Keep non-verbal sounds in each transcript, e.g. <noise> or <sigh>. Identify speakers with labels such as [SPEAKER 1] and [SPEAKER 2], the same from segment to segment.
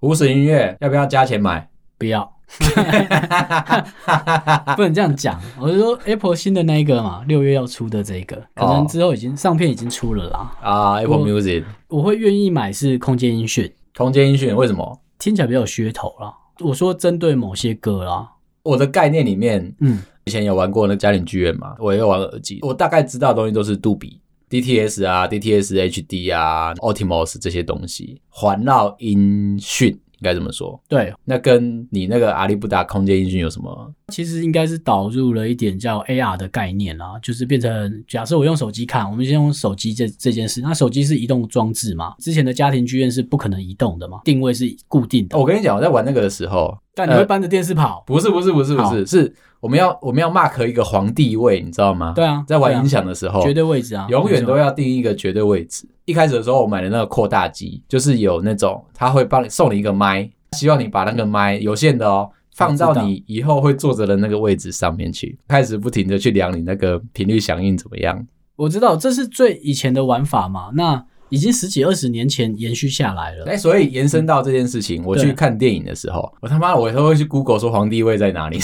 [SPEAKER 1] 无死音乐要不要加钱买？
[SPEAKER 2] 不要， <laughs> 不能这样讲。我是说 Apple 新的那一个嘛，六月要出的这个，可能
[SPEAKER 1] 哦
[SPEAKER 2] 之后已经上片已经出了啦。
[SPEAKER 1] 啊，Apple
[SPEAKER 2] 我
[SPEAKER 1] Music
[SPEAKER 2] 我会愿意买是空间音讯，
[SPEAKER 1] 空间音讯为什么？
[SPEAKER 2] 听起来比较有噱头啦。我说针对某些歌啦，
[SPEAKER 1] 我的概念里面，
[SPEAKER 2] 嗯，
[SPEAKER 1] 以前有玩过那家庭剧院嘛，我也有玩耳机，我大概知道的东西都是杜比、DTS 啊、DTS HD 啊、Optimus 这些东西，环绕音讯应该这么说。
[SPEAKER 2] 对，
[SPEAKER 1] 那跟你那个阿里不达空间音讯有什么？
[SPEAKER 2] 其实应该是导入了一点叫 AR 的概念啦，就是变成假设我用手机看，我们先用手机这这件事，那手机是移动装置嘛，之前的家庭剧院是不可能移动的嘛，定位是固定的，
[SPEAKER 1] 我跟你讲，我在玩那个的时候，
[SPEAKER 2] 但你会
[SPEAKER 1] 哦呃
[SPEAKER 2] 搬着电视跑，
[SPEAKER 1] 不是不是不是不
[SPEAKER 2] 好
[SPEAKER 1] 是，是我们要我们要 mark 一个皇帝位，你知道吗？
[SPEAKER 2] 对啊
[SPEAKER 1] 在玩
[SPEAKER 2] 对啊
[SPEAKER 1] 音响的时候，
[SPEAKER 2] 绝对位置啊，
[SPEAKER 1] 哦永远都
[SPEAKER 2] 没错
[SPEAKER 1] 要定一个绝对位置。一开始的时候，我买的那个扩大机，就是有那种它会帮你送你一个麦，希望你把那个麦有线的哦，放到
[SPEAKER 2] 我知道
[SPEAKER 1] 你以后会坐着的那个位置上面去，开始不停的去量你那个频率响应怎么样。
[SPEAKER 2] 我知道这是最以前的玩法嘛，那已经十几二十年前延续下来了。
[SPEAKER 1] 哎、所以延伸到这件事情，我
[SPEAKER 2] 嗯对
[SPEAKER 1] 去看电影的时候，我他妈我都会去 Google 说皇帝位在
[SPEAKER 2] <laughs>
[SPEAKER 1] 哪里，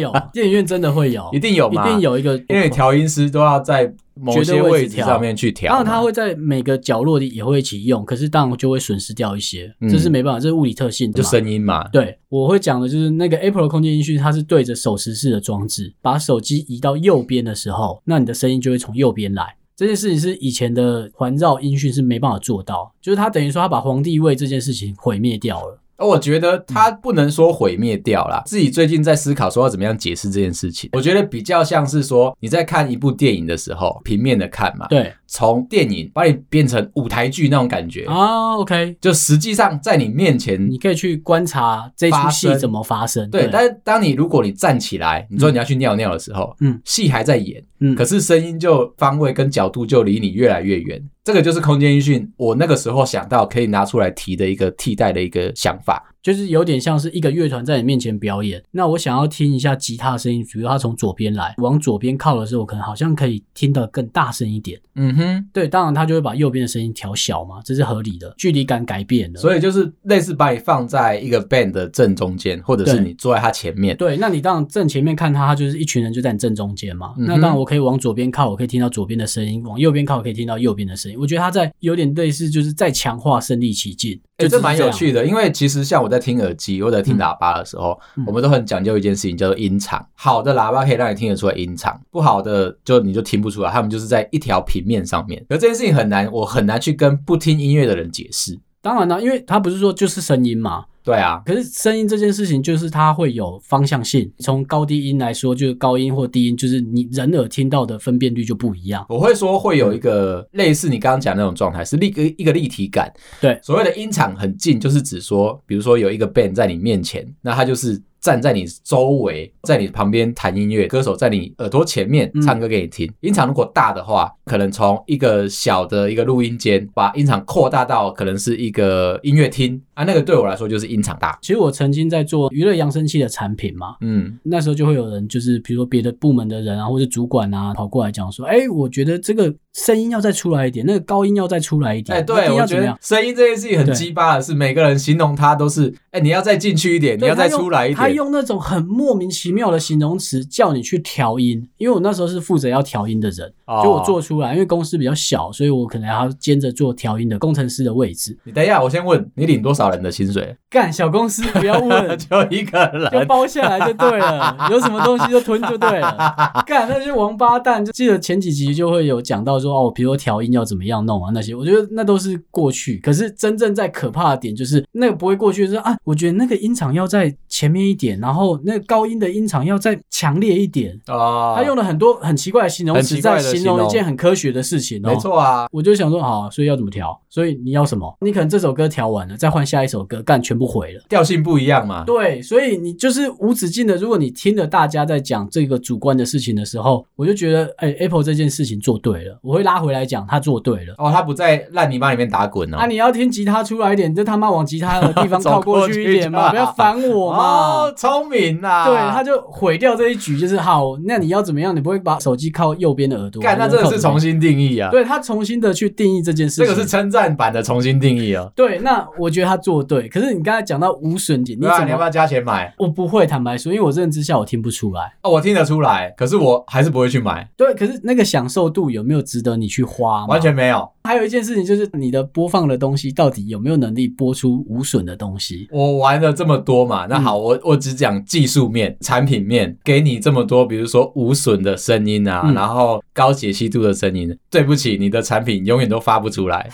[SPEAKER 1] <laughs>
[SPEAKER 2] 有电影院真的会有，
[SPEAKER 1] 一定有
[SPEAKER 2] 一
[SPEAKER 1] 嘛？
[SPEAKER 2] 定，有一个，
[SPEAKER 1] 因为调音师都要在某
[SPEAKER 2] 绝
[SPEAKER 1] 些
[SPEAKER 2] 对位置
[SPEAKER 1] 位置
[SPEAKER 2] 调
[SPEAKER 1] 上面去调
[SPEAKER 2] 当
[SPEAKER 1] 嘛。
[SPEAKER 2] 然它会在每个角落里也会一起用，可是当然就会损失掉一些，
[SPEAKER 1] 嗯
[SPEAKER 2] 这是没办法，这是物理特性的
[SPEAKER 1] 就
[SPEAKER 2] 嘛。
[SPEAKER 1] 声音嘛，
[SPEAKER 2] 对，我会讲的就是那个 Apple 的空间音讯，它是对着手持式的装置，把手机移到右边的时候，那你的声音就会从右边来。这件事情是以前的环绕音讯是没办法做到，就是它等于说它把皇帝位这件事情毁灭掉了。
[SPEAKER 1] 而哦我觉得它不能说毁灭掉啦，自己最近在思考说要怎么样解释这件事情。我觉得比较像是说你在看一部电影的时候，平面的看嘛，
[SPEAKER 2] 对
[SPEAKER 1] 从电影把你变成舞台剧那种感觉，
[SPEAKER 2] 啊，OK，
[SPEAKER 1] 就实际上在你面前
[SPEAKER 2] 你。可以去观察这出
[SPEAKER 1] 发
[SPEAKER 2] 戏
[SPEAKER 1] 生
[SPEAKER 2] 怎么发生。
[SPEAKER 1] 对，但是当你如果你站起来，你说你要去尿尿的时候，
[SPEAKER 2] 嗯
[SPEAKER 1] 戏还在演，
[SPEAKER 2] 嗯
[SPEAKER 1] 可是声音就方位跟角度就离你越来越远，这个就是空间音讯。我那个时候想到可以拿出来提的一个替代的一个想法，
[SPEAKER 2] 就是有点像是一个乐团在你面前表演。那我想要听一下吉他的声音，比如它从左边来，往左边靠的时候，我可能好像可以听得更大声一点。
[SPEAKER 1] 嗯哼，
[SPEAKER 2] 对，当然它就会把右边的声音调小嘛，这是合理的，距离感改变了。以
[SPEAKER 1] 所以就是类似把你放在一个 band 的正中间，或者是
[SPEAKER 2] 对
[SPEAKER 1] 你坐在它前面。
[SPEAKER 2] 对，那你当然正前面看它，它就是一群人就在你正中间嘛。
[SPEAKER 1] 嗯哼
[SPEAKER 2] 那当然我可以往左边靠，我可以听到左边的声音；往右边靠，我可以听到右边的声音。我觉得它在有点类似，就是在强化身临其境。
[SPEAKER 1] 哎、
[SPEAKER 2] 就只
[SPEAKER 1] 这
[SPEAKER 2] 是
[SPEAKER 1] 蛮有
[SPEAKER 2] 样
[SPEAKER 1] 趣的，因为其实像我在听耳机或者听喇叭的时候，
[SPEAKER 2] 嗯
[SPEAKER 1] 我们都很讲究一件事情，叫做音场。好的喇叭可以让你听得出来音场，不好的就你就听不出来，他们就是在一条平面上面。可这件事情很难，我很难去跟不听音乐的人解释。
[SPEAKER 2] 当然啦，因为它不是说就是声音嘛，
[SPEAKER 1] 对啊，
[SPEAKER 2] 可是声音这件事情，就是它会有方向性。从高低音来说，就是高音或低音，就是你人耳听到的分辨率就不一样。
[SPEAKER 1] 我会说会有一个
[SPEAKER 2] 嗯
[SPEAKER 1] 类似你刚刚讲的那种状态，是立个一个立体感。
[SPEAKER 2] 对
[SPEAKER 1] 所谓的音场很近，就是指说，比如说有一个 band 在你面前，那他就是站在你周围，在你旁边弹音乐，歌手在你耳朵前面
[SPEAKER 2] 嗯
[SPEAKER 1] 唱歌给你听。音场如果大的话，可能从一个小的一个录音间，把音场扩大到可能是一个音乐厅啊，那个对我来说就是音场大。
[SPEAKER 2] 其实我曾经在做娱乐扬声器的产品嘛，
[SPEAKER 1] 嗯，
[SPEAKER 2] 那时候就会有人，就是比如说别的部门的人啊，或者主管啊，跑过来讲说：“哎，我觉得这个声音要再出来一点，那个高音要再出来一点，
[SPEAKER 1] 哎、
[SPEAKER 2] 那
[SPEAKER 1] 对，
[SPEAKER 2] 低音
[SPEAKER 1] 我
[SPEAKER 2] 要
[SPEAKER 1] 觉
[SPEAKER 2] 怎么
[SPEAKER 1] 得
[SPEAKER 2] 样？”
[SPEAKER 1] 声音这件事情很
[SPEAKER 2] 对
[SPEAKER 1] 鸡巴的是，每个人形容它都是，哎、你要再进去一点，你
[SPEAKER 2] 对
[SPEAKER 1] 要再
[SPEAKER 2] 他用
[SPEAKER 1] 出来一点。
[SPEAKER 2] 他用那种很莫名其妙的形容词叫你去调音，因为我那时候是负责要调音的人，
[SPEAKER 1] 哦
[SPEAKER 2] 就我做出来，因为公司比较小，所以我可能还要兼着做调音的工程师的位置。
[SPEAKER 1] 你等一下，我先问你领多少人的薪水？ <laughs>
[SPEAKER 2] 干小公司不要问，
[SPEAKER 1] 就一个
[SPEAKER 2] 就
[SPEAKER 1] 人。
[SPEAKER 2] 包下来就
[SPEAKER 1] <laughs>
[SPEAKER 2] 对了，有什么东西就吞就对了。干那些王八蛋，就记得前几集就会有讲到说哦，比如说调音要怎么样弄啊那些，我觉得那都是过去。可是真正在可怕的点就是那个不会过去，就是啊，我觉得那个音场要在前面一点，然后那个高音的音场要再强烈一点。
[SPEAKER 1] 哦，
[SPEAKER 2] 他用了很多很奇怪的形容
[SPEAKER 1] 很
[SPEAKER 2] 词
[SPEAKER 1] 奇怪
[SPEAKER 2] 在
[SPEAKER 1] 的
[SPEAKER 2] 形
[SPEAKER 1] 形
[SPEAKER 2] 容一
[SPEAKER 1] 容
[SPEAKER 2] 件很科学的事情哦，
[SPEAKER 1] 没错啊，
[SPEAKER 2] 我就想说，好，所以要怎么调？所以你要什么？你可能这首歌调完了，再换下一首歌，干全部毁了。
[SPEAKER 1] 调性不一样嘛。
[SPEAKER 2] 对，所以你就是无止境的。如果你听了大家在讲这个主观的事情的时候，我就觉得，哎、a p p l e 这件事情做对了，我会拉回来讲，他做对了。
[SPEAKER 1] 哦，他不在烂泥巴里面打滚哦 <laughs>
[SPEAKER 2] 啊，。你要听吉他出来一点，你就他妈往吉他的地方靠
[SPEAKER 1] 走过
[SPEAKER 2] 去一点嘛，不要烦我嘛。
[SPEAKER 1] 哦，聪明啊！
[SPEAKER 2] 对，他就毁掉这一局，就是好，那你要怎么样？你不会把手机靠右边的耳朵？
[SPEAKER 1] 干，那真的是重
[SPEAKER 2] 新，
[SPEAKER 1] 新定义啊！，
[SPEAKER 2] 对他重新的去定义这件事情。
[SPEAKER 1] 这个是称赞版的重新定义啊。
[SPEAKER 2] 对，那我觉得他做对。可是你刚才讲到无损点，你
[SPEAKER 1] 对
[SPEAKER 2] 怎
[SPEAKER 1] 啊，你要
[SPEAKER 2] 么
[SPEAKER 1] 不？要加钱买？
[SPEAKER 2] 我不会，坦白说，因为我认知下我听不出来。
[SPEAKER 1] 哦，我听得出来，可是我还是不会去买，
[SPEAKER 2] 对，可是那个享受度有没有值得你去花？
[SPEAKER 1] 完。全没有。
[SPEAKER 2] 还有一件事情就是你的播放的东西到底有没有能力播出无损的东西？
[SPEAKER 1] <laughs>
[SPEAKER 2] <laughs>
[SPEAKER 1] 我玩了这么多嘛，那
[SPEAKER 2] 嗯
[SPEAKER 1] 好，我我只讲技术面、产品面，给你这么多，比如说无损的声音啊，
[SPEAKER 2] 嗯
[SPEAKER 1] 然后高解析度的声音。对不起，你的产品永远都发不出
[SPEAKER 2] <laughs>
[SPEAKER 1] 来。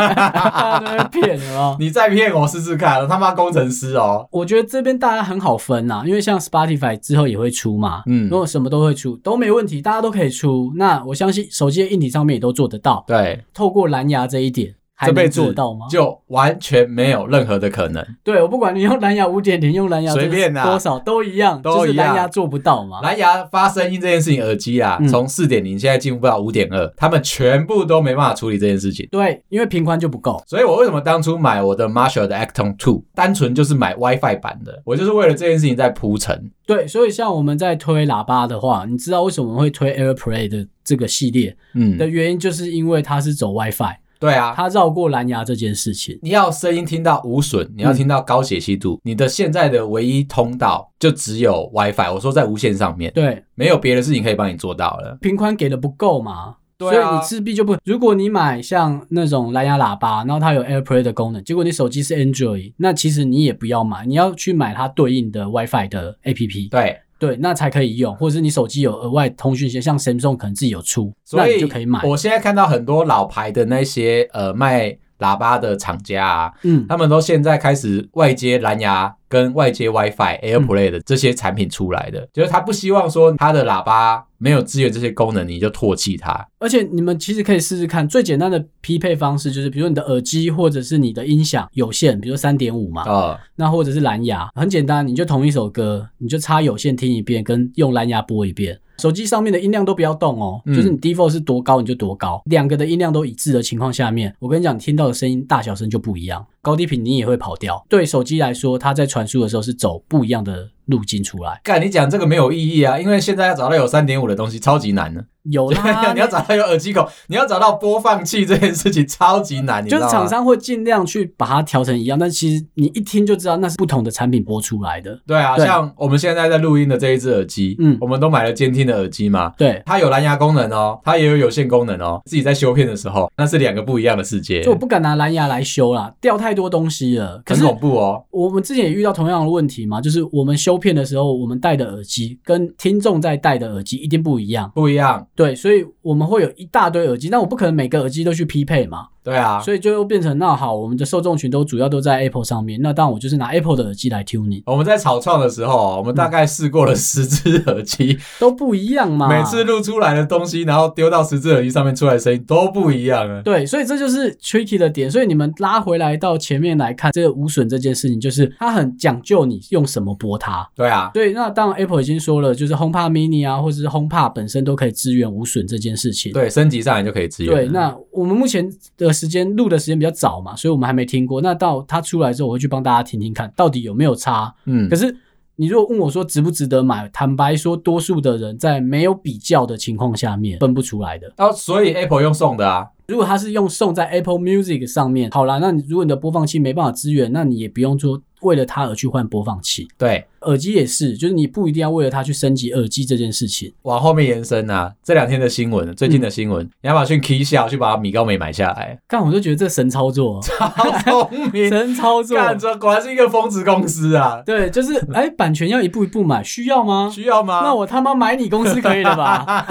[SPEAKER 2] 被骗了哦。
[SPEAKER 1] 你再骗我试试看，他妈工程师哦！
[SPEAKER 2] 我觉得这边大家很好分呐、因为像 Spotify 之后也会出嘛，
[SPEAKER 1] 嗯
[SPEAKER 2] 如果什么都会出，都没问题，大家都可以出。那我相信手机的硬体上面也都做得到。
[SPEAKER 1] 对，
[SPEAKER 2] 透过蓝牙这一点，还
[SPEAKER 1] 这辈
[SPEAKER 2] 能
[SPEAKER 1] 子
[SPEAKER 2] 做到吗？嗯
[SPEAKER 1] 就完全没有任何的可能。
[SPEAKER 2] 对我不管你用蓝牙五点零，用蓝牙
[SPEAKER 1] 随便啊
[SPEAKER 2] 多少都一样，
[SPEAKER 1] 都一样
[SPEAKER 2] 就是蓝牙做不到嘛。
[SPEAKER 1] 蓝牙发声音这件事情，耳机啊
[SPEAKER 2] 嗯，
[SPEAKER 1] 从四点零现在进步到五点二，他们全部都没办法处理这件事情。
[SPEAKER 2] 对，因为频宽就不够。
[SPEAKER 1] 所以我为什么当初买我的 Marshall 的 Acton Two，单纯就是买 WiFi 版的，我就是为了这件事情在铺陈。
[SPEAKER 2] 对，所以像我们在推喇叭的话，你知道为什么会推 AirPlay 的这个系列
[SPEAKER 1] 嗯，
[SPEAKER 2] 的原因，就是因为它是走 WiFi，
[SPEAKER 1] 对啊，
[SPEAKER 2] 它绕过蓝牙这件事情。
[SPEAKER 1] 你要声音听到无损，你要听到高解析度，
[SPEAKER 2] 嗯
[SPEAKER 1] 你的现在的唯一通道就只有 WiFi。我说在无线上面，
[SPEAKER 2] 对，
[SPEAKER 1] 没有别的事情可以帮你做到了。
[SPEAKER 2] 频宽给的不够嘛。
[SPEAKER 1] 对啊
[SPEAKER 2] 所以你势必就不，如果你买像那种蓝牙喇叭，然后它有 AirPlay 的功能，结果你手机是 Android，那其实你也不要买，你要去买它对应的 WiFi 的 APP，
[SPEAKER 1] 对，
[SPEAKER 2] 对，那才可以用，或者是你手机有额外通讯线，像 Samsung 可能自己有出，那
[SPEAKER 1] 所
[SPEAKER 2] 你
[SPEAKER 1] 以
[SPEAKER 2] 就可以买。
[SPEAKER 1] 我现在看到很多老牌的那些呃卖喇叭的厂家啊，
[SPEAKER 2] 嗯，
[SPEAKER 1] 他们都现在开始外接蓝牙跟外接 WiFi、AirPlay
[SPEAKER 2] 嗯
[SPEAKER 1] 的这些产品出来的，就是他不希望说他的喇叭没有支援这些功能，你就唾弃它。
[SPEAKER 2] 而且你们其实可以试试看，最简单的匹配方式就是，比如你的耳机或者是你的音响有线，比如三点五嘛，
[SPEAKER 1] 呃，
[SPEAKER 2] 那或者是蓝牙，很简单，你就同一首歌，你就插有线听一遍，跟用蓝牙播一遍。手机上面的音量都不要动哦，
[SPEAKER 1] 嗯
[SPEAKER 2] 就是你 default 是多高你就多高，两个的音量都一致的情况下面，我跟你讲，你听到的声音大小声就不一样，高低频你也会跑调。对手机来说，它在传输的时候是走不一样的路径出来。
[SPEAKER 1] 干你讲这个没有意义啊，因为现在要找到有三点五的东西超级难的。
[SPEAKER 2] 有 <laughs>
[SPEAKER 1] <laughs>
[SPEAKER 2] 啦，
[SPEAKER 1] 你要找到有耳机孔，你要找到播放器这件事情超级难，你知
[SPEAKER 2] 就是
[SPEAKER 1] 道吗
[SPEAKER 2] 厂商会尽量去把它调成一样，但其实你一听就知道那是不同的产品播出来的。
[SPEAKER 1] 对啊，
[SPEAKER 2] 对
[SPEAKER 1] 像我们现在在录音的这一只耳机，
[SPEAKER 2] 嗯
[SPEAKER 1] 我们都买了监听的耳机嘛。
[SPEAKER 2] 对，
[SPEAKER 1] 它有蓝牙功能哦，它也有有线功能哦。自己在修片的时候，那是两个不一样的世界
[SPEAKER 2] 就，我不敢拿蓝牙来修啦，掉太多东西了。可
[SPEAKER 1] 很
[SPEAKER 2] 是
[SPEAKER 1] 恐怖哦。
[SPEAKER 2] 我们之前也遇到同样的问题嘛，就是我们修片的时候，我们戴的耳机跟听众在戴的耳机一定不一样，
[SPEAKER 1] 不一样，
[SPEAKER 2] 对，所以我们会有一大堆耳机，那我不可能每个耳机都去匹配嘛，
[SPEAKER 1] 对啊，
[SPEAKER 2] 所以就又变成那好，我们的受众群都主要都在 Apple 上面，那当然我就是拿 Apple 的耳机来 tuning，
[SPEAKER 1] 我们在草创的时候，我们大概试过了十只耳机，
[SPEAKER 2] 都不一样
[SPEAKER 1] <laughs>
[SPEAKER 2] 嘛，
[SPEAKER 1] 每次录出来的东西，然后丢到十只耳机上面出来的声音都不一样啊了。
[SPEAKER 2] 对，所以这就是 tricky 的点。所以你们拉回来到前面来看，这个无损这件事情，就是它很讲究你用什么播它。
[SPEAKER 1] 对啊，
[SPEAKER 2] 对，那当然 Apple 已经说了，就是 HomePod Mini 啊，或者是 HomePod 本身都可以支援无损这件事情。
[SPEAKER 1] 对，升级上来就可以支援了。
[SPEAKER 2] 对，那我们目前的时间录的时间比较早嘛，所以我们还没听过。那到它出来之后，我会去帮大家听听看，到底有没有差。
[SPEAKER 1] 嗯
[SPEAKER 2] 可，是你如果问我说值不值得买，坦白说，多数的人在没有比较的情况下面分不出来的。
[SPEAKER 1] 哦，所以 Apple 用送的啊，
[SPEAKER 2] 如果它是用送在 Apple Music 上面，好啦，那你如果你的播放器没办法支援，那你也不用说为了它而去换播放器。
[SPEAKER 1] 对，
[SPEAKER 2] 耳机也是，就是你不一定要为了它去升级耳机这件事情。
[SPEAKER 1] 往后面延伸啊，这两天的新闻，最
[SPEAKER 2] 嗯
[SPEAKER 1] 近的新闻，亚马逊 K 下去把米高梅买下
[SPEAKER 2] <laughs>
[SPEAKER 1] 来，
[SPEAKER 2] 但我就觉得这神操作，
[SPEAKER 1] 好聪明，
[SPEAKER 2] 神操作，
[SPEAKER 1] 干这果然是一个疯子公司啊，
[SPEAKER 2] <laughs> 对，就是哎，版权要一步一步买，需要吗？
[SPEAKER 1] 需要吗？
[SPEAKER 2] 那我他妈买你公司可以
[SPEAKER 1] <laughs>
[SPEAKER 2] 了吧？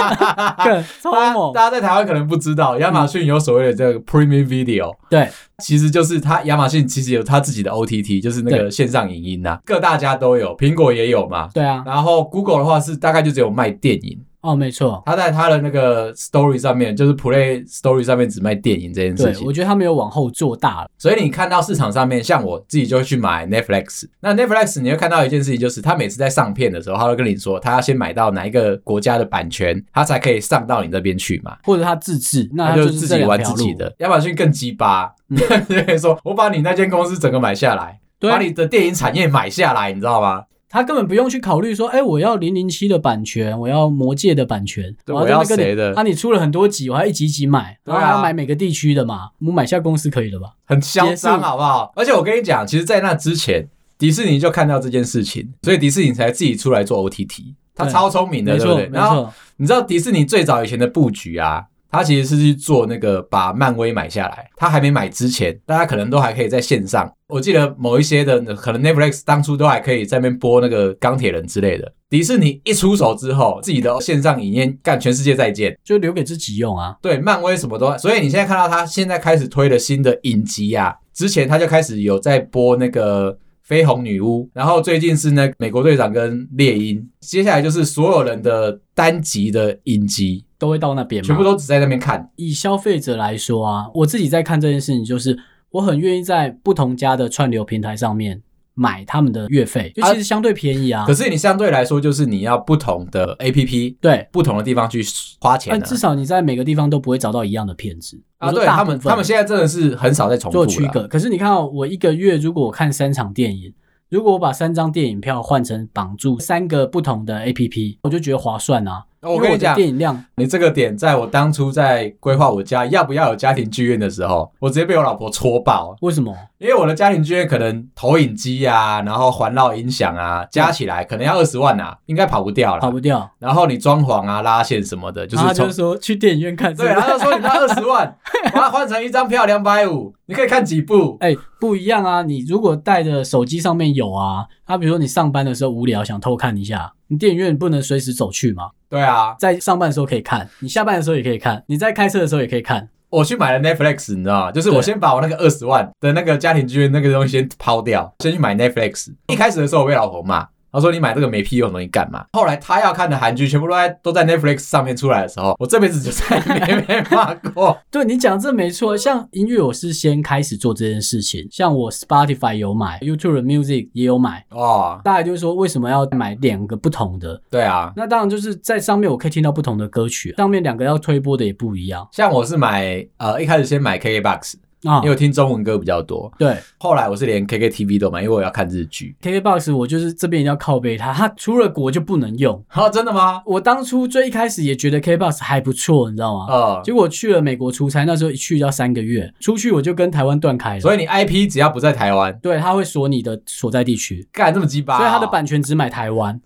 [SPEAKER 2] 更超
[SPEAKER 1] 大家
[SPEAKER 2] 猛，
[SPEAKER 1] 大家在台湾可能不知道，亚马逊有所谓的这个 Premium Video，
[SPEAKER 2] 对
[SPEAKER 1] 其实就是它亚马逊其实有它自己的 OTT，就是那
[SPEAKER 2] 对
[SPEAKER 1] 个线上影音呐、啊各大家都有，苹果也有嘛。
[SPEAKER 2] 对啊，
[SPEAKER 1] 然后 Google 的话是大概就只有卖电影，
[SPEAKER 2] 哦，没错，
[SPEAKER 1] 它在它的那个 Story 上面，就是 Play Story 上面只卖电影这件事
[SPEAKER 2] 对，
[SPEAKER 1] 情
[SPEAKER 2] 我。觉得他没有往后做大了，
[SPEAKER 1] 所以你看到市场上面，像我自己就会去买 Netflix。那 Netflix 你会看到一件事情，就是他每次在上片的时候，他会跟你说他要先买到哪一个国家的版权，他才可以上到你这边去嘛。
[SPEAKER 2] 或者他自制，那
[SPEAKER 1] 他
[SPEAKER 2] 他
[SPEAKER 1] 就是自
[SPEAKER 2] 这
[SPEAKER 1] 己
[SPEAKER 2] 两
[SPEAKER 1] 玩
[SPEAKER 2] 条
[SPEAKER 1] 自己
[SPEAKER 2] 路，嗯
[SPEAKER 1] <laughs> 的。亚马逊更鸡巴，你可以说我把你那间公司整个买下来，
[SPEAKER 2] 对啊
[SPEAKER 1] 把你的电影产业买下来，你知道吗？
[SPEAKER 2] 他根本不用去考虑说，哎、我要零零七的版权，我要魔界的版权，
[SPEAKER 1] 对
[SPEAKER 2] 我要
[SPEAKER 1] 我要
[SPEAKER 2] 在那个
[SPEAKER 1] 谁的
[SPEAKER 2] 啊，你出了很多集，我还要一集一集买，
[SPEAKER 1] 对
[SPEAKER 2] 然
[SPEAKER 1] 啊
[SPEAKER 2] 后还要买每个地区的嘛，我买下公司可以了吧？
[SPEAKER 1] 很嚣张，
[SPEAKER 2] 结束
[SPEAKER 1] 好不好？而且我跟你讲，其实，在那之前，迪士尼就看到这件事情，所以迪士尼才自己出来做 OTT，他
[SPEAKER 2] 对
[SPEAKER 1] 超聪明的，
[SPEAKER 2] 没
[SPEAKER 1] 对不
[SPEAKER 2] 错，
[SPEAKER 1] 对？
[SPEAKER 2] 没
[SPEAKER 1] 然后
[SPEAKER 2] 错，
[SPEAKER 1] 你知道迪士尼最早以前的布局啊，它其实是去做那个把漫威买下来。它还没买之前，大家可能都还可以在线上。我记得某一些的可能 Netflix 当初都还可以在那边播那个钢铁人之类的。迪士尼一出手之后，自己的线上影院干全世界再见。
[SPEAKER 2] 就留给自己用啊。
[SPEAKER 1] 对，漫威什么都，所以你现在看到他现在开始推了新的影集啊，之前他就开始有在播那个。绯红女巫，然后最近是那美国队长跟猎鹰，接下来就是所有人的单集的影集，
[SPEAKER 2] 都会到那边嘛，
[SPEAKER 1] 全部都只在那边看。
[SPEAKER 2] 以消费者来说啊，我自己在看这件事情，就是我很愿意在不同家的串流平台上面买他们的月费，就
[SPEAKER 1] 啊
[SPEAKER 2] 其实相对便宜啊。
[SPEAKER 1] 可是你相对来说，就是你要不同的 A P P，
[SPEAKER 2] 对，
[SPEAKER 1] 不同的地方去花钱、
[SPEAKER 2] 但
[SPEAKER 1] 啊。
[SPEAKER 2] 至少你在每个地方都不会找到一样的片子
[SPEAKER 1] 啊，
[SPEAKER 2] 我说
[SPEAKER 1] 对
[SPEAKER 2] 大
[SPEAKER 1] 他
[SPEAKER 2] 部
[SPEAKER 1] 们，
[SPEAKER 2] 分
[SPEAKER 1] 他们现在真的啊是很少在重复
[SPEAKER 2] 做
[SPEAKER 1] 了。
[SPEAKER 2] 区隔。可是你看、哦，我一个月如果我看三场电影，如果我把三张电影票换成绑住三个不同的 A P P，我就觉得划算啊。
[SPEAKER 1] 哦我
[SPEAKER 2] 因为
[SPEAKER 1] 跟
[SPEAKER 2] 我
[SPEAKER 1] 你
[SPEAKER 2] 的
[SPEAKER 1] 讲，
[SPEAKER 2] 电影量
[SPEAKER 1] 你这个点，在我当初在规划我家要不要有家庭剧院的时候，我直接被我老婆戳爆，
[SPEAKER 2] 为什么？
[SPEAKER 1] 因为我的家庭剧院可能投影机啊，然后环绕音响啊，加起来可能要二十万啊，应该跑不掉
[SPEAKER 2] 跑
[SPEAKER 1] 了。
[SPEAKER 2] 不掉？
[SPEAKER 1] 然后你装潢啊、拉线什么的，就
[SPEAKER 2] 然后
[SPEAKER 1] 是
[SPEAKER 2] 他就
[SPEAKER 1] 从
[SPEAKER 2] 是说去电影院看，
[SPEAKER 1] 对，啊
[SPEAKER 2] 是
[SPEAKER 1] 然后他
[SPEAKER 2] 不是
[SPEAKER 1] 说你花二十万，
[SPEAKER 2] <laughs>
[SPEAKER 1] 把它换成一张票两百五，你可以看几部？
[SPEAKER 2] 哎、不一样啊！你如果带着手机上面有啊，他比如说你上班的时候无聊想偷看一下，你电影院不能随时走去嘛，
[SPEAKER 1] 对啊，
[SPEAKER 2] 在上班的时候可以看，你下班的时候也可以看，你在开车的时候也可以看。
[SPEAKER 1] 我去买了 Netflix，你知道吗？就是我
[SPEAKER 2] 对
[SPEAKER 1] 先把我那个二十万的那个家庭剧院那个东西先抛掉，先去买 Netflix。一开始的时候我被老婆骂，她说你买这个没屁用的东西干嘛？后来她要看的韩剧全部都在都在 Netflix 上面出来的时候，我这辈子就再也没被骂过。
[SPEAKER 2] 对你讲这没错，像音乐我是先开始做这件事情，像我 Spotify 有买，YouTube 的 Music 也有买。
[SPEAKER 1] 哦，
[SPEAKER 2] 大家就会说为什么要买两个不同的？
[SPEAKER 1] 对啊，
[SPEAKER 2] 那当然就是在上面我可以听到不同的歌曲，啊上面两个要推播的也不一样
[SPEAKER 1] 像我是买呃一开始先买 KKBox，
[SPEAKER 2] 啊
[SPEAKER 1] 因为。我听中文歌比较多。
[SPEAKER 2] 对
[SPEAKER 1] 后来我是连 KKTV 都买，因为我要看日剧。 <laughs>
[SPEAKER 2] ，KKBOX 我就是这边一定要靠背它，它出了国就不能用。
[SPEAKER 1] 哦，真的吗？
[SPEAKER 2] 我当初最一开始也觉得 K-box 还不错，你知道吗？
[SPEAKER 1] 呃，
[SPEAKER 2] 结果去了美国出差，那时候一去要三个月，出去我就跟台湾断开了。
[SPEAKER 1] 所以你 IP 只要不在台湾，
[SPEAKER 2] 对，他会锁你的所在地区，
[SPEAKER 1] 干这么鸡巴哦、
[SPEAKER 2] 所以他的版权只买台
[SPEAKER 1] <laughs>
[SPEAKER 2] 湾，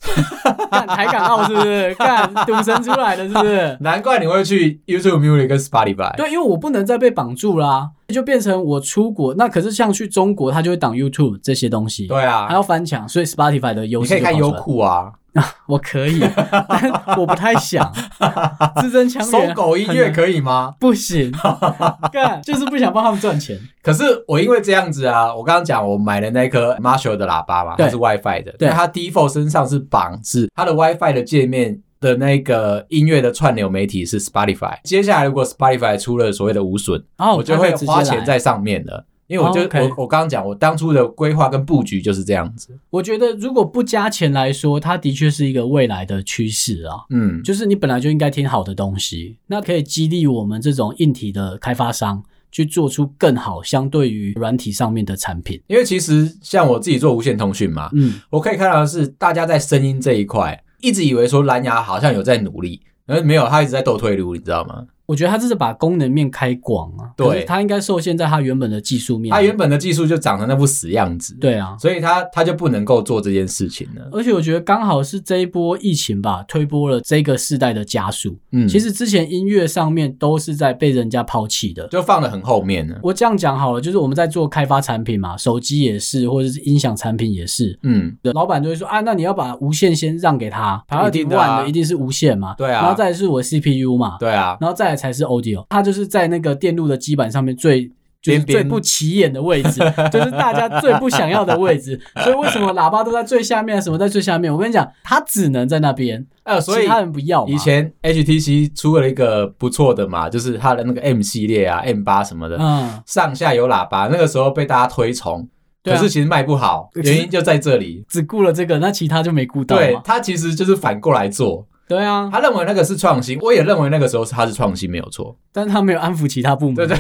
[SPEAKER 2] 干台港澳是不是？干赌神出来的是不是？
[SPEAKER 1] 难怪你会去 YouTube Music 跟 Spotify。
[SPEAKER 2] 对，因为我不能再被绑住啦、就变成我出国。那可是像去中国，他就会挡 YouTube 这些东西，
[SPEAKER 1] 对啊，
[SPEAKER 2] 还要翻墙，所以 Spotify 的优
[SPEAKER 1] 你
[SPEAKER 2] 势
[SPEAKER 1] 可以看
[SPEAKER 2] 就跑
[SPEAKER 1] 优
[SPEAKER 2] 出来，
[SPEAKER 1] 酷啊，
[SPEAKER 2] 我可以，但我不太
[SPEAKER 1] <laughs>
[SPEAKER 2] 想自增强
[SPEAKER 1] 搜
[SPEAKER 2] 援
[SPEAKER 1] 狗音乐可以吗？
[SPEAKER 2] <laughs> 不行，干就是不想帮他们赚钱。
[SPEAKER 1] 可是我因为这样子啊，我刚刚讲我买了那颗 Marshall 的喇叭嘛，
[SPEAKER 2] 对
[SPEAKER 1] 它是 WiFi 的，
[SPEAKER 2] 对
[SPEAKER 1] 那它 default 身上是绑是它的 WiFi 的界面。的那个音乐的串流媒体是 Spotify，接下来如果 Spotify 出了所谓的无损，
[SPEAKER 2] 然后
[SPEAKER 1] 我就
[SPEAKER 2] 会
[SPEAKER 1] 会
[SPEAKER 2] 直接
[SPEAKER 1] 花钱
[SPEAKER 2] 来。
[SPEAKER 1] 在上面了。因为我就、
[SPEAKER 2] 哦，OK
[SPEAKER 1] 我我刚刚讲，我当初的规划跟布局就是这样子。
[SPEAKER 2] 我觉得如果不加钱来说，它的确是一个未来的趋势啊。
[SPEAKER 1] 嗯，
[SPEAKER 2] 就是你本来就应该听好的东西，那可以激励我们这种硬体的开发商去做出更好相对于软体上面的产品。
[SPEAKER 1] 因为其实像我自己做无线通讯嘛，
[SPEAKER 2] 嗯，
[SPEAKER 1] 我可以看到的是，大家在声音这一块，一直以为说蓝牙好像有在努力，而没有，它一直在斗退路，你知道吗？
[SPEAKER 2] 我觉得它这是把功能面开广啊，
[SPEAKER 1] 对
[SPEAKER 2] 可是它应该受限在它原本的技术面。
[SPEAKER 1] 它原本的技术就长成那副死样子，，
[SPEAKER 2] 对啊，
[SPEAKER 1] 所以它它就不能够做这件事情了。
[SPEAKER 2] 而且我觉得刚好是这一波疫情吧，推波了这个世代的加速。
[SPEAKER 1] 嗯，
[SPEAKER 2] 其实之前音乐上面都是在被人家抛弃的，
[SPEAKER 1] 就放得很后面了。
[SPEAKER 2] 我这样讲好了，就是我们在做开发产品嘛，手机也是，或者是音响产品也是。
[SPEAKER 1] 嗯，
[SPEAKER 2] 老板就会说啊，那你要把无线先让给他，排到
[SPEAKER 1] 一
[SPEAKER 2] 第
[SPEAKER 1] 定
[SPEAKER 2] o
[SPEAKER 1] 的啊
[SPEAKER 2] 的一定是无线嘛，
[SPEAKER 1] 对啊
[SPEAKER 2] 然后再来是我 CPU 嘛，
[SPEAKER 1] 对啊，
[SPEAKER 2] 然后再来才是 audio，它就是在那个电路的基板上面最就是
[SPEAKER 1] 边边
[SPEAKER 2] 最不起眼的
[SPEAKER 1] <laughs>
[SPEAKER 2] 位置，就是大家最不想要的位置。所以为什么喇叭都在最下面，什么在最下面？我跟你讲，它只能在那边，
[SPEAKER 1] 呃，所
[SPEAKER 2] 其
[SPEAKER 1] 以
[SPEAKER 2] 他人不啊要嘛。
[SPEAKER 1] 以前 HTC 出了一个不错的嘛，就是它的那个 M 系列啊，M 八什么的，
[SPEAKER 2] 嗯，
[SPEAKER 1] 上下有喇叭，那个时候被大家推崇，
[SPEAKER 2] 对啊
[SPEAKER 1] 可是其实卖不好，
[SPEAKER 2] 可是啊
[SPEAKER 1] 原因就在这里。
[SPEAKER 2] 只顾了这个，那其他就没顾到
[SPEAKER 1] 对
[SPEAKER 2] 嘛。
[SPEAKER 1] 它其实就是反过来做，
[SPEAKER 2] 对对啊，
[SPEAKER 1] 他认为那个是创新，我也认为那个时候是他是创新没有错，
[SPEAKER 2] 但他没有安抚其他部门，
[SPEAKER 1] 对对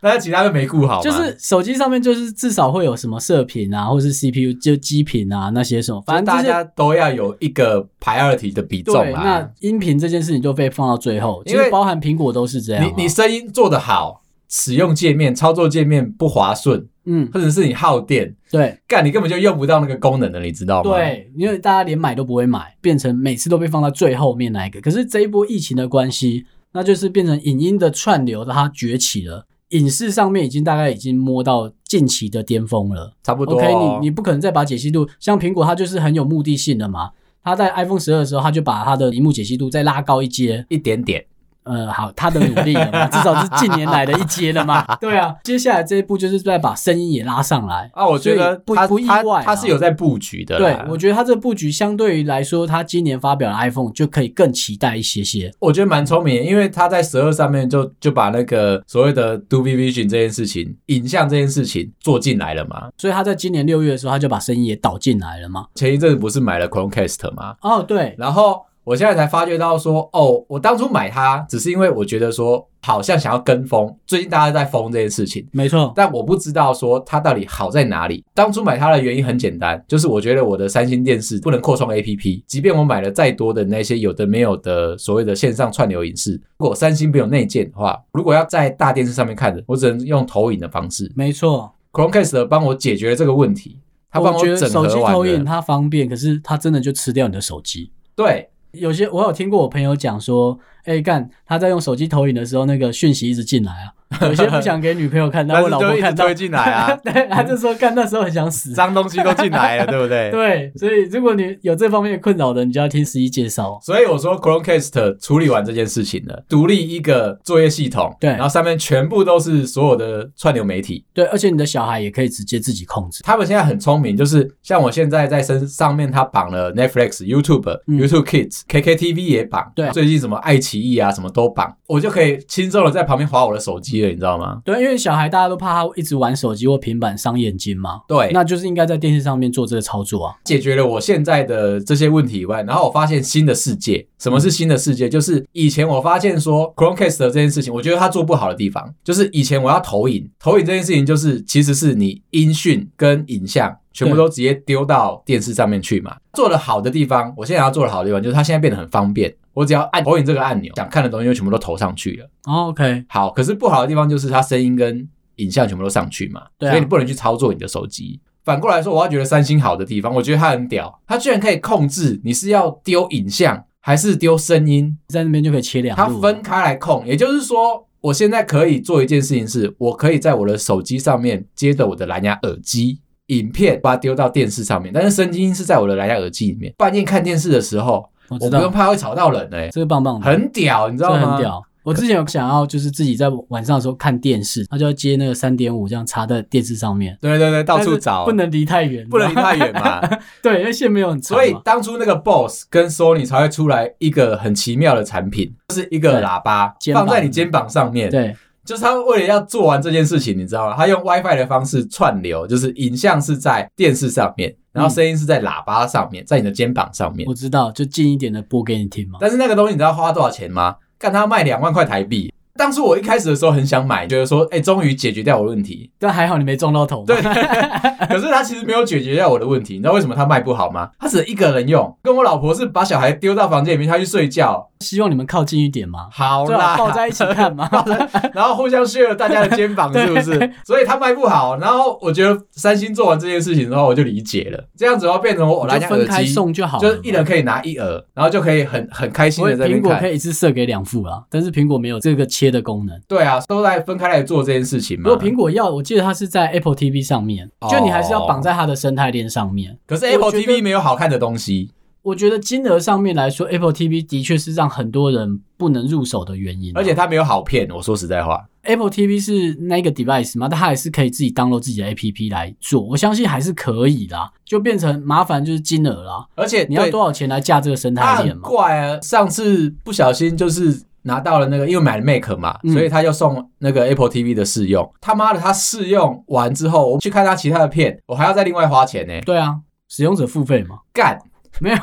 [SPEAKER 1] 但是其他都没顾好嘛，
[SPEAKER 2] 啊就是手机上面就是至少会有什么射频啊，或是 CPU 就基频啊那些什么，反正
[SPEAKER 1] 大
[SPEAKER 2] 这些
[SPEAKER 1] 家都要有一个 priority 的比重啊
[SPEAKER 2] 对，
[SPEAKER 1] 啦
[SPEAKER 2] 那。音频这件事情就被放到最后，其
[SPEAKER 1] 因
[SPEAKER 2] 实
[SPEAKER 1] 为
[SPEAKER 2] 包含苹果都是这样啊、
[SPEAKER 1] 你你声音做得好，使用界面、操作界面不滑顺，
[SPEAKER 2] 嗯，
[SPEAKER 1] 或者是你耗电，
[SPEAKER 2] 对
[SPEAKER 1] 干你根本就用不到那个功能了，你知道吗？，
[SPEAKER 2] 对，因为大家连买都不会买，变成每次都被放到最后面那一个。可是这一波疫情的关系，那就是变成影音的串流它崛起了。影视上面已经大概已经摸到近期的巅峰了。
[SPEAKER 1] 差不多、啊
[SPEAKER 2] OK，你你不可能再把解析度，像苹果它就是很有目的性的嘛。它在 iPhone 十二的时候，它就把它的荧幕解析度再拉高一阶，
[SPEAKER 1] 一点点，
[SPEAKER 2] 呃，好，他的努力了嘛，至少是近年来的一阶了
[SPEAKER 1] <laughs>
[SPEAKER 2] 嘛。对啊，接下来这一步就是在把声音也拉上来。
[SPEAKER 1] 啊，我觉得
[SPEAKER 2] 所以不
[SPEAKER 1] 他
[SPEAKER 2] 不意外啊
[SPEAKER 1] 他，他是有在布局的
[SPEAKER 2] 对
[SPEAKER 1] 啦。，
[SPEAKER 2] 我觉得他这布局相对于来说，他今年发表的 iPhone 就可以更期待一些些。
[SPEAKER 1] 我觉得蛮聪明的，因为他在十二上面就就把那个所谓的 d o v i Vision 这件事情、影像这件事情做进来了嘛。
[SPEAKER 2] 所以他在今年六月的时候，他就把声音也导进来了嘛。
[SPEAKER 1] 前一阵子不是买了 Chromecast 吗？
[SPEAKER 2] 哦，对，
[SPEAKER 1] 然后我现在才发觉到说，哦，我当初买它只是因为我觉得说好像想要跟风，最近大家在疯这件事情。
[SPEAKER 2] 没错，
[SPEAKER 1] 但我不知道说它到底好在哪里。当初买它的原因很简单，就是我觉得我的三星电视不能扩充 APP，即便我买了再多的那些有的没有的所谓的线上串流影视，如果三星没有内建的话，如果要在大电视上面看的，我只能用投影的方式。
[SPEAKER 2] 没错。
[SPEAKER 1] Chromecast 帮我解决了这个问题，它帮
[SPEAKER 2] 我觉得
[SPEAKER 1] 整
[SPEAKER 2] 手机
[SPEAKER 1] 合
[SPEAKER 2] 投
[SPEAKER 1] 完
[SPEAKER 2] 影
[SPEAKER 1] 了。
[SPEAKER 2] 它方便，可是它真的就吃掉你的手机。
[SPEAKER 1] 对，
[SPEAKER 2] 有些我有听过我朋友讲说，哎、干，他在用手机投影的时候，那个讯息一直进来
[SPEAKER 1] <laughs>
[SPEAKER 2] 啊，有些不想给女朋友看到，
[SPEAKER 1] 但
[SPEAKER 2] 或
[SPEAKER 1] 是
[SPEAKER 2] 老
[SPEAKER 1] 就
[SPEAKER 2] 婆
[SPEAKER 1] 一直
[SPEAKER 2] 看到，，
[SPEAKER 1] 推进来啊
[SPEAKER 2] <laughs> 对，他就说干那时候很想
[SPEAKER 1] <laughs>
[SPEAKER 2] 死。
[SPEAKER 1] 脏东西都进来了，对不对？
[SPEAKER 2] 对，所以如果你有这方面的困扰的，你就要听十一介绍。
[SPEAKER 1] 所以我说 Chromecast 处理完这件事情了，独立一个作业系统，
[SPEAKER 2] 对
[SPEAKER 1] 然后上面全部都是所有的串流媒体。
[SPEAKER 2] 对，而且你的小孩也可以直接自己控制。
[SPEAKER 1] 他们现在很聪明，就是像我现在在身上面，他绑了 Netflix、YouTube、
[SPEAKER 2] 嗯
[SPEAKER 1] YouTube Kids、KKTV 也绑，
[SPEAKER 2] 对
[SPEAKER 1] 最近什么爱奇艺啊，什么都绑，我就可以轻松的在旁边划我的手机了，你知道吗？
[SPEAKER 2] 对，因为小孩大家都怕他一直玩手机或平板伤眼睛嘛，
[SPEAKER 1] 对，那
[SPEAKER 2] 那就是应该在电视上面做这个操作啊。
[SPEAKER 1] 解决了我现在的这些问题以外，然后我发现新的世界。什么是新的世界？就是以前我发现说 Chromecast 这件事情，我觉得它做不好的地方，就是以前我要投影，投影这件事情就是其实是你音讯跟影像全部
[SPEAKER 2] 对
[SPEAKER 1] 都直接丢到电视上面去嘛。做的好的地方，我现在要做的好的地方就是它现在变得很方便，我只要按投影这个按钮，想看的东西就全部都投上去了。
[SPEAKER 2] 哦，OK，
[SPEAKER 1] 好，可是不好的地方就是它声音跟影像全部都上去嘛，
[SPEAKER 2] 对啊
[SPEAKER 1] 所以你不能去操作你的手机。反过来说，我要觉得三星好的地方，我觉得它很屌，它居然可以控制你是要丢影像还是丢声音，
[SPEAKER 2] 在那边就可以切两
[SPEAKER 1] 它
[SPEAKER 2] 路了。
[SPEAKER 1] 分开来控。也就是说，我现在可以做一件事情是，我可以在我的手机上面接着我的蓝牙耳机。影片把它丢到电视上面，但是声音是在我的蓝牙耳机里面。半夜看电视的时候，
[SPEAKER 2] 我
[SPEAKER 1] 我
[SPEAKER 2] 知
[SPEAKER 1] 不用
[SPEAKER 2] 道，
[SPEAKER 1] 怕会吵到人哎、
[SPEAKER 2] 这个棒棒的。
[SPEAKER 1] 很屌，你知
[SPEAKER 2] 这
[SPEAKER 1] 道吗？
[SPEAKER 2] 很屌。我之前有想要就是自己在晚上的时候看电视，他就要接那个三点五这样插在电视上面，
[SPEAKER 1] 对对对，到
[SPEAKER 2] 但
[SPEAKER 1] 处
[SPEAKER 2] 是
[SPEAKER 1] 找，
[SPEAKER 2] 不能离太 <laughs> 远，
[SPEAKER 1] 不能离太远嘛。
[SPEAKER 2] 对，因为线没有很长嘛，
[SPEAKER 1] 所以当初那个 Boss 跟 Sony 才会出来一个很奇妙的产品，就是一个喇叭
[SPEAKER 2] 肩膀
[SPEAKER 1] 放在你肩膀上面。，
[SPEAKER 2] 对
[SPEAKER 1] 就是他为了要做完这件事情，你知道吗？他用 WiFi 的方式串流，就是影像是在电视上面，然后声音是在喇叭上面，在你的肩膀上面
[SPEAKER 2] 我。知道，就近一点的播给你听嘛。
[SPEAKER 1] 但是那个东西你知道花多少钱吗？看他卖两万块台币。当初我一开始的时候很想买，觉得说，哎、终于解决掉我的问题。
[SPEAKER 2] 但还好你没撞到头嘛。
[SPEAKER 1] 对， <laughs> 可是他其实没有解决掉我的问题，你知道为什么他卖不好吗？他只一个人用，跟我老婆是把小孩丢到房间里面，他去睡觉，
[SPEAKER 2] 希望你们靠近一点嘛，
[SPEAKER 1] 好
[SPEAKER 2] 最好
[SPEAKER 1] 啦，
[SPEAKER 2] 抱在一起看嘛。
[SPEAKER 1] <laughs> 然后互相 share 大家的肩膀，
[SPEAKER 2] 对
[SPEAKER 1] 是不是？所以他卖不好。然后我觉得三星做完这件事情之后，我就理解了，这样子的话变成我蓝
[SPEAKER 2] 就
[SPEAKER 1] 牙
[SPEAKER 2] 分
[SPEAKER 1] 耳
[SPEAKER 2] 开
[SPEAKER 1] 机，
[SPEAKER 2] 送就好了，
[SPEAKER 1] 就是一人可以拿一耳，然后就可以很很开心
[SPEAKER 2] 所以
[SPEAKER 1] 的在那边
[SPEAKER 2] 苹果
[SPEAKER 1] 看
[SPEAKER 2] 可。以一次射给两副啊，但是苹果没有这个切的功能。
[SPEAKER 1] 对啊，都在分开来做这件事情嘛。
[SPEAKER 2] 如果苹果要，我记得它是在 Apple TV 上面，
[SPEAKER 1] 哦
[SPEAKER 2] 就你还是要绑在它的生态链上面。
[SPEAKER 1] 可是 Apple
[SPEAKER 2] 我觉得
[SPEAKER 1] TV 没有好看的东西，
[SPEAKER 2] 我觉得金额上面来说，Apple TV 的确是让很多人不能入手的原因啊、
[SPEAKER 1] 而且它没有好片。我说实在话，
[SPEAKER 2] Apple TV 是那个 device 嘛，但它还是可以自己 download 自己的 APP 来做，我相信还是可以啦。就变成麻烦就是金额啦，
[SPEAKER 1] 而且
[SPEAKER 2] 你要
[SPEAKER 1] 对
[SPEAKER 2] 多少钱来架这个生
[SPEAKER 1] 他
[SPEAKER 2] 态链
[SPEAKER 1] 很
[SPEAKER 2] 嘛？
[SPEAKER 1] 怪啊！上次不小心就是拿到了那个，因为买了 Mac 嘛，
[SPEAKER 2] 嗯
[SPEAKER 1] 所以他就送那个 Apple TV 的试用。他妈的，他试用完之后，我去看他其他的片，我还要再另外花钱呢、
[SPEAKER 2] 对啊，使用者付费嘛。
[SPEAKER 1] 干！ <laughs>
[SPEAKER 2] 没有，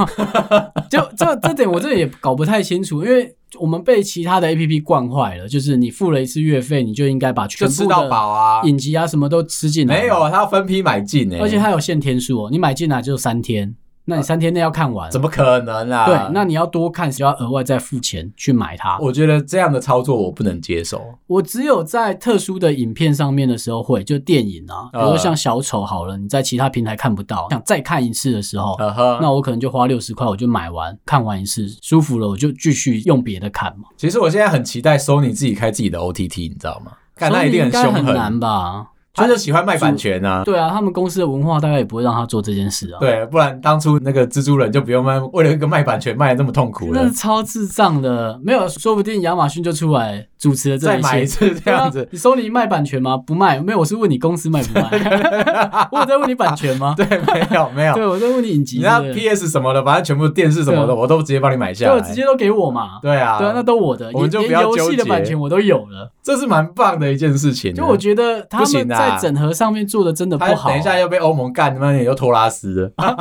[SPEAKER 2] 就这这点我这也搞不太清楚，因为我们被其他的 A P P 惯坏了，就是你付了一次月费，你就应该把全
[SPEAKER 1] 就吃
[SPEAKER 2] 部
[SPEAKER 1] 到
[SPEAKER 2] 的
[SPEAKER 1] 饱啊。
[SPEAKER 2] 影集啊什么都吃进来。
[SPEAKER 1] 没有，，他要分批买进呢、
[SPEAKER 2] 而且它有限天数哦，你买进来就三天，那你三天内要看完。
[SPEAKER 1] 怎么可能啊？
[SPEAKER 2] 对，那你要多看，就要额外再付钱去买它。我
[SPEAKER 1] 我觉得这样的操作我不能接受。
[SPEAKER 2] 我只有在特殊的影片上面的时候会，就电影啊，比如说
[SPEAKER 1] 呃
[SPEAKER 2] 像小丑好了，你在其他平台看不到，想再看一次的时候，
[SPEAKER 1] 呵呵，
[SPEAKER 2] 那我可能就花六十块，我就买完看完一次，舒服了我就继续用别的看嘛。
[SPEAKER 1] 其实我现在很期待 Sony 自己开自己的 OTT，你知道吗？看
[SPEAKER 2] 所以
[SPEAKER 1] 他一定
[SPEAKER 2] 应该
[SPEAKER 1] 凶
[SPEAKER 2] 很
[SPEAKER 1] 狠，
[SPEAKER 2] 难吧？
[SPEAKER 1] 他就喜欢卖版权啊。
[SPEAKER 2] 对啊，他们公司的文化大概也不会让他做这件事啊。，
[SPEAKER 1] 对，不然当初那个蜘蛛人就不用卖，为了一个卖版权卖的那么痛苦
[SPEAKER 2] 那
[SPEAKER 1] 了
[SPEAKER 2] 是，超智障的，没有，说不定亚马逊就出来主持了这
[SPEAKER 1] 再
[SPEAKER 2] 一
[SPEAKER 1] 买一
[SPEAKER 2] 切。
[SPEAKER 1] 次这样子
[SPEAKER 2] 对啊。你收你卖版权吗？不卖，没有，我是问你公司卖不卖。我有在问你版权吗？
[SPEAKER 1] <laughs> 对，没有没有，
[SPEAKER 2] 对，我在问你影集
[SPEAKER 1] 你那
[SPEAKER 2] 对不对
[SPEAKER 1] PS 什么的，反正全部电视什么
[SPEAKER 2] 对
[SPEAKER 1] 的，我都直接帮你买下
[SPEAKER 2] 对，啊
[SPEAKER 1] 来。
[SPEAKER 2] 直接都给我嘛。
[SPEAKER 1] 对啊，
[SPEAKER 2] 对啊，那都我的，
[SPEAKER 1] 我们就
[SPEAKER 2] 连
[SPEAKER 1] 不要
[SPEAKER 2] 连游戏
[SPEAKER 1] 纠
[SPEAKER 2] 的
[SPEAKER 1] 结
[SPEAKER 2] 版权我都有了。
[SPEAKER 1] 这是蛮棒的一件事情啊。
[SPEAKER 2] 就我觉得他
[SPEAKER 1] 不
[SPEAKER 2] 们
[SPEAKER 1] 行
[SPEAKER 2] 在
[SPEAKER 1] 啊
[SPEAKER 2] 整合上面做的真的不
[SPEAKER 1] 他
[SPEAKER 2] 好，啊
[SPEAKER 1] 等一下又被欧盟干，他妈也又拖拉丝
[SPEAKER 2] <laughs>
[SPEAKER 1] 了。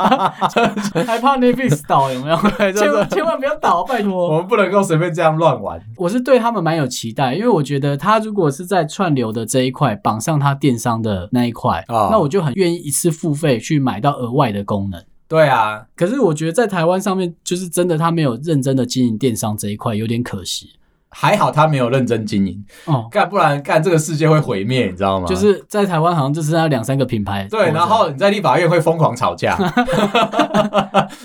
[SPEAKER 2] 还怕 Netflix 倒有没
[SPEAKER 1] <laughs>
[SPEAKER 2] 有？
[SPEAKER 1] 就
[SPEAKER 2] 千万
[SPEAKER 1] 是
[SPEAKER 2] 千万不要倒，拜
[SPEAKER 1] 哎我
[SPEAKER 2] 托！
[SPEAKER 1] 们不能够随便这样乱玩。
[SPEAKER 2] 我是对他们蛮有期待，因为我觉得他如果是在串流的这一块绑上他电商的那一块，
[SPEAKER 1] 啊
[SPEAKER 2] 那我就很愿意一次付费去买到额外的功能。
[SPEAKER 1] 对啊，
[SPEAKER 2] 可是我觉得在台湾上面，就是真的他没有认真的经营电商这一块，有点可惜
[SPEAKER 1] 还好他没有认真经营，
[SPEAKER 2] 哦。
[SPEAKER 1] 干不然干这个世界会毁灭，你知道吗？
[SPEAKER 2] 就是在台湾好像就剩下两三个品牌活着，
[SPEAKER 1] 对，然后你在立法院会疯狂吵
[SPEAKER 2] <laughs>
[SPEAKER 1] 架， <laughs>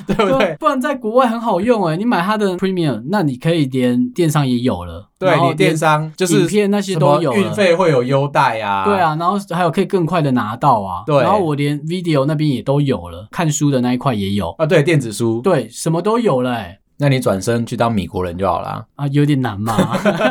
[SPEAKER 1] 对不对？
[SPEAKER 2] 不然在国外很好用哎，你买它的 Premium，那你可以连电商也有了，然
[SPEAKER 1] 对
[SPEAKER 2] 后
[SPEAKER 1] 你电商就是
[SPEAKER 2] 影片那些
[SPEAKER 1] 什
[SPEAKER 2] 都
[SPEAKER 1] 么
[SPEAKER 2] 有了
[SPEAKER 1] 运费会有优待啊，
[SPEAKER 2] 对，啊，然后还有可以更快的拿到啊，
[SPEAKER 1] 对
[SPEAKER 2] 然后我连 video 那边也都有了，看书的那一块也有，
[SPEAKER 1] 啊对，电子书，
[SPEAKER 2] 对，什么都有了欸
[SPEAKER 1] 那你转身去当米国人就好啦，
[SPEAKER 2] 啊，有点难嘛，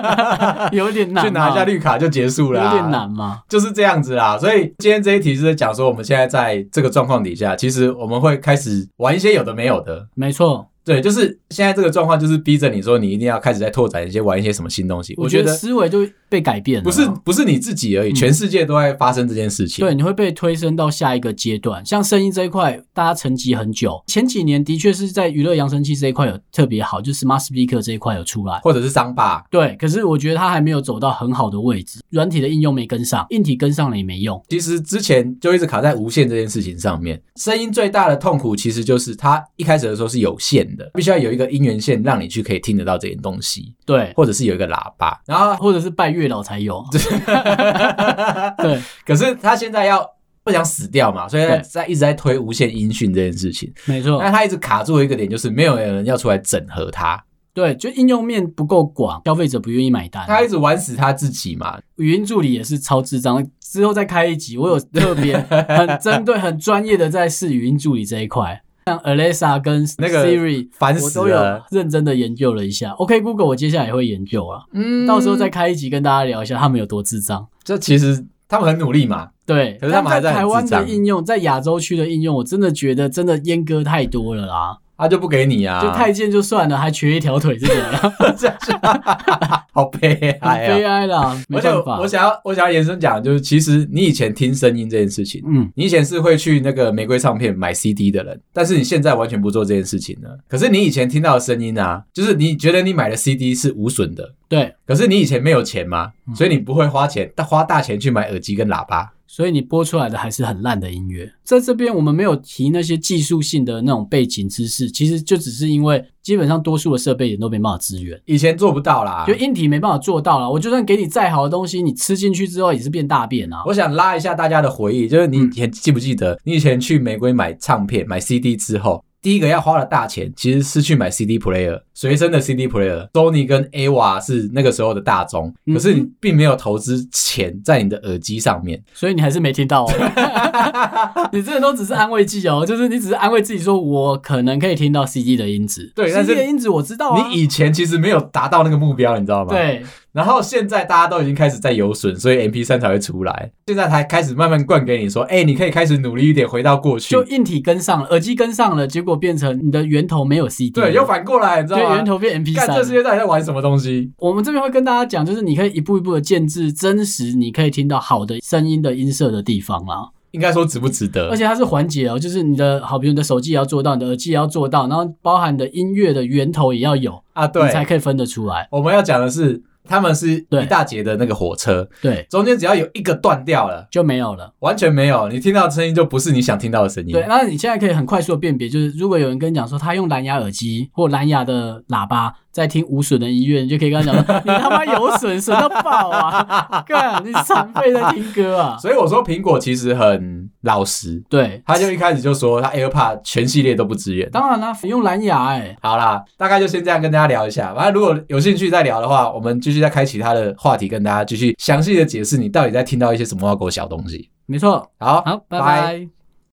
[SPEAKER 1] <laughs>
[SPEAKER 2] 有点难嘛，
[SPEAKER 1] 去拿一下绿卡就结束
[SPEAKER 2] 有
[SPEAKER 1] 啦，
[SPEAKER 2] 点难嘛，
[SPEAKER 1] 就是这样子啦，所以今天这一题是在讲说，我们现在在这个状况底下，其实我们会开始玩一些有的没有的。
[SPEAKER 2] 没错，
[SPEAKER 1] 对，就是现在这个状况，就是逼着你说你一定要开始在拓展一些玩一些什么新东西。我
[SPEAKER 2] 觉
[SPEAKER 1] 觉
[SPEAKER 2] 得
[SPEAKER 1] 得
[SPEAKER 2] 思维就被改变了，
[SPEAKER 1] 不是不是你自己而已，全世界都在发生这件事情。
[SPEAKER 2] 对，你会被推升到下一个阶段。像声音这一块，大家沉寂很久。前几年的确是在娱乐扬声器这一块有特别好，就是 smart speaker 这一块有出来。
[SPEAKER 1] 或者是伤疤，
[SPEAKER 2] 对，可是我觉得它还没有走到很好的位置，软体的应用没跟上，硬体跟上了也没用。
[SPEAKER 1] 其实之前就一直卡在无线这件事情上面。声音最大的痛苦其实就是它一开始的时候是有线的，必须要有一个音源线让你去可以听得到这件东西，
[SPEAKER 2] 对，
[SPEAKER 1] 或者是有一个喇
[SPEAKER 2] <laughs>
[SPEAKER 1] 叭。然后， <laughs>
[SPEAKER 2] 或者是拜月老才有。对，
[SPEAKER 1] 可是他现在要不想死掉嘛，所以他
[SPEAKER 2] 对
[SPEAKER 1] 在一直在推无线音讯这件事情。
[SPEAKER 2] 没错
[SPEAKER 1] 那，他一直卡住的一个点就是没有人要出来整合
[SPEAKER 2] 嗯
[SPEAKER 1] 它，
[SPEAKER 2] 对，就应用面不够广，消费者不愿意买单。
[SPEAKER 1] 他一直玩死他自己嘛。
[SPEAKER 2] 语音助理也是超智障，之后再开一集，我有特别很
[SPEAKER 1] <laughs>
[SPEAKER 2] 针对、很专业的在试语音助理这一块，像 Alexa 跟
[SPEAKER 1] 那个
[SPEAKER 2] Siri，
[SPEAKER 1] 烦
[SPEAKER 2] 我
[SPEAKER 1] 死
[SPEAKER 2] 都有
[SPEAKER 1] 了。
[SPEAKER 2] 认真的研究了一下。OK Google，我接下来也会研究啊，
[SPEAKER 1] 嗯
[SPEAKER 2] 到时候再开一集跟大家聊一下他们有多智障。
[SPEAKER 1] 这其实他们很努力嘛，
[SPEAKER 2] 对，
[SPEAKER 1] 可是他们还
[SPEAKER 2] 但在
[SPEAKER 1] 在很
[SPEAKER 2] 台湾
[SPEAKER 1] 智障
[SPEAKER 2] 的应用，在亚洲区的应用，我真的觉得真的阉割太多了啦，
[SPEAKER 1] 他就不给你啊，
[SPEAKER 2] 就太监就算了，还瘸一条腿
[SPEAKER 1] <laughs>
[SPEAKER 2] 这种，
[SPEAKER 1] 好悲
[SPEAKER 2] 很
[SPEAKER 1] 哀
[SPEAKER 2] 悲
[SPEAKER 1] 啊。
[SPEAKER 2] 哀啦，没
[SPEAKER 1] 而啊且
[SPEAKER 2] 办法
[SPEAKER 1] 我。想要我想要延伸讲，就是其实你以前听声音这件事情，
[SPEAKER 2] 嗯，
[SPEAKER 1] 你以前是会去那个玫瑰唱片买 CD 的人，但是你现在完全不做这件事情了。可是你以前听到的声音啊，就是你觉得你买的 CD 是无损的，
[SPEAKER 2] 对，
[SPEAKER 1] 可是你以前没有钱嘛，所以你不会花钱，但花大钱去买耳机跟喇叭。
[SPEAKER 2] 所以你播出来的还是很烂的音乐。在这边我们没有提那些技术性的那种背景知识，其实就只是因为基本上多数的设备也都没办法支援。
[SPEAKER 1] 以前做不到啦，
[SPEAKER 2] 就硬体没办法做到了。我就算给你再好的东西，你吃进去之后也是变大便啊。
[SPEAKER 1] 我想拉一下大家的回忆，就是
[SPEAKER 2] 嗯
[SPEAKER 1] 你以前记不记得，你以前去玫瑰买唱片、买 CD 之后，第一个要花的大钱其实是去买 CD player，随身的 CD player，Sony 跟 AVA 是那个时候的大宗，
[SPEAKER 2] 嗯哼
[SPEAKER 1] 可是你并没有投资钱在你的耳机上面。
[SPEAKER 2] 所以你还是没听到哦。哦 <laughs> 你真的都只是安慰剂哦，就是你只是安慰自己说，我可能可以听到 CD 的音质。
[SPEAKER 1] 对但
[SPEAKER 2] ，CD
[SPEAKER 1] 是
[SPEAKER 2] 的音质我知道啊。
[SPEAKER 1] 你以前其实没有达到那个目标，你知道吗？。
[SPEAKER 2] 对
[SPEAKER 1] 然后现在大家都已经开始在有损，所以 MP 3才会出来。现在才开始慢慢灌给你说，哎、你可以开始努力一点，回到过去。
[SPEAKER 2] 就硬体跟上了，耳机跟上了，结果变成你的源头没有 CD，
[SPEAKER 1] 对，又反过来，你知
[SPEAKER 2] 对
[SPEAKER 1] 道吗？
[SPEAKER 2] 源头变 MP
[SPEAKER 1] 干这世
[SPEAKER 2] 3
[SPEAKER 1] 界到底在玩什么东西？
[SPEAKER 2] 我们这边会跟大家讲，就是你可以一步一步的建制真实，你可以听到好的声音的音色的地方啦。
[SPEAKER 1] 应该说值不值得
[SPEAKER 2] 而？且它是环节哦，就是你的好，比如你的手机也要做到，你的耳机也要做到，然后包含你的音乐的源头也要有，
[SPEAKER 1] 啊，
[SPEAKER 2] 你才
[SPEAKER 1] 对，
[SPEAKER 2] 可以分得出来。
[SPEAKER 1] 我们要讲的是，他们是
[SPEAKER 2] 对
[SPEAKER 1] 一大节的那个火车，
[SPEAKER 2] 对，
[SPEAKER 1] 中间只要有一个断掉了，
[SPEAKER 2] 就没有了。
[SPEAKER 1] 完全没有，你听到的声音就不是你想听到的声音。
[SPEAKER 2] 对，那你现在可以很快速的辨别，就是如果有人跟你讲说他用蓝牙耳机或蓝牙的喇叭在听无损的音乐，你就可以跟他讲
[SPEAKER 1] <laughs>
[SPEAKER 2] 说你他妈有损，损到爆啊！干，你残废在听歌啊！
[SPEAKER 1] 所以我说苹果其实很老实，
[SPEAKER 2] 对，
[SPEAKER 1] 他就一开始就说他 AirPod 全系列都不支援。
[SPEAKER 2] 当然啦，用蓝牙哎、
[SPEAKER 1] 好啦，大概就先这样跟大家聊一下。反正如果有兴趣再聊的话，我们继续再开其他的话题，跟大家继续详细的解释你到底在听到一些什么狗小东西。
[SPEAKER 2] 没错。
[SPEAKER 1] 好，
[SPEAKER 2] 好，
[SPEAKER 1] 拜
[SPEAKER 2] 拜拜。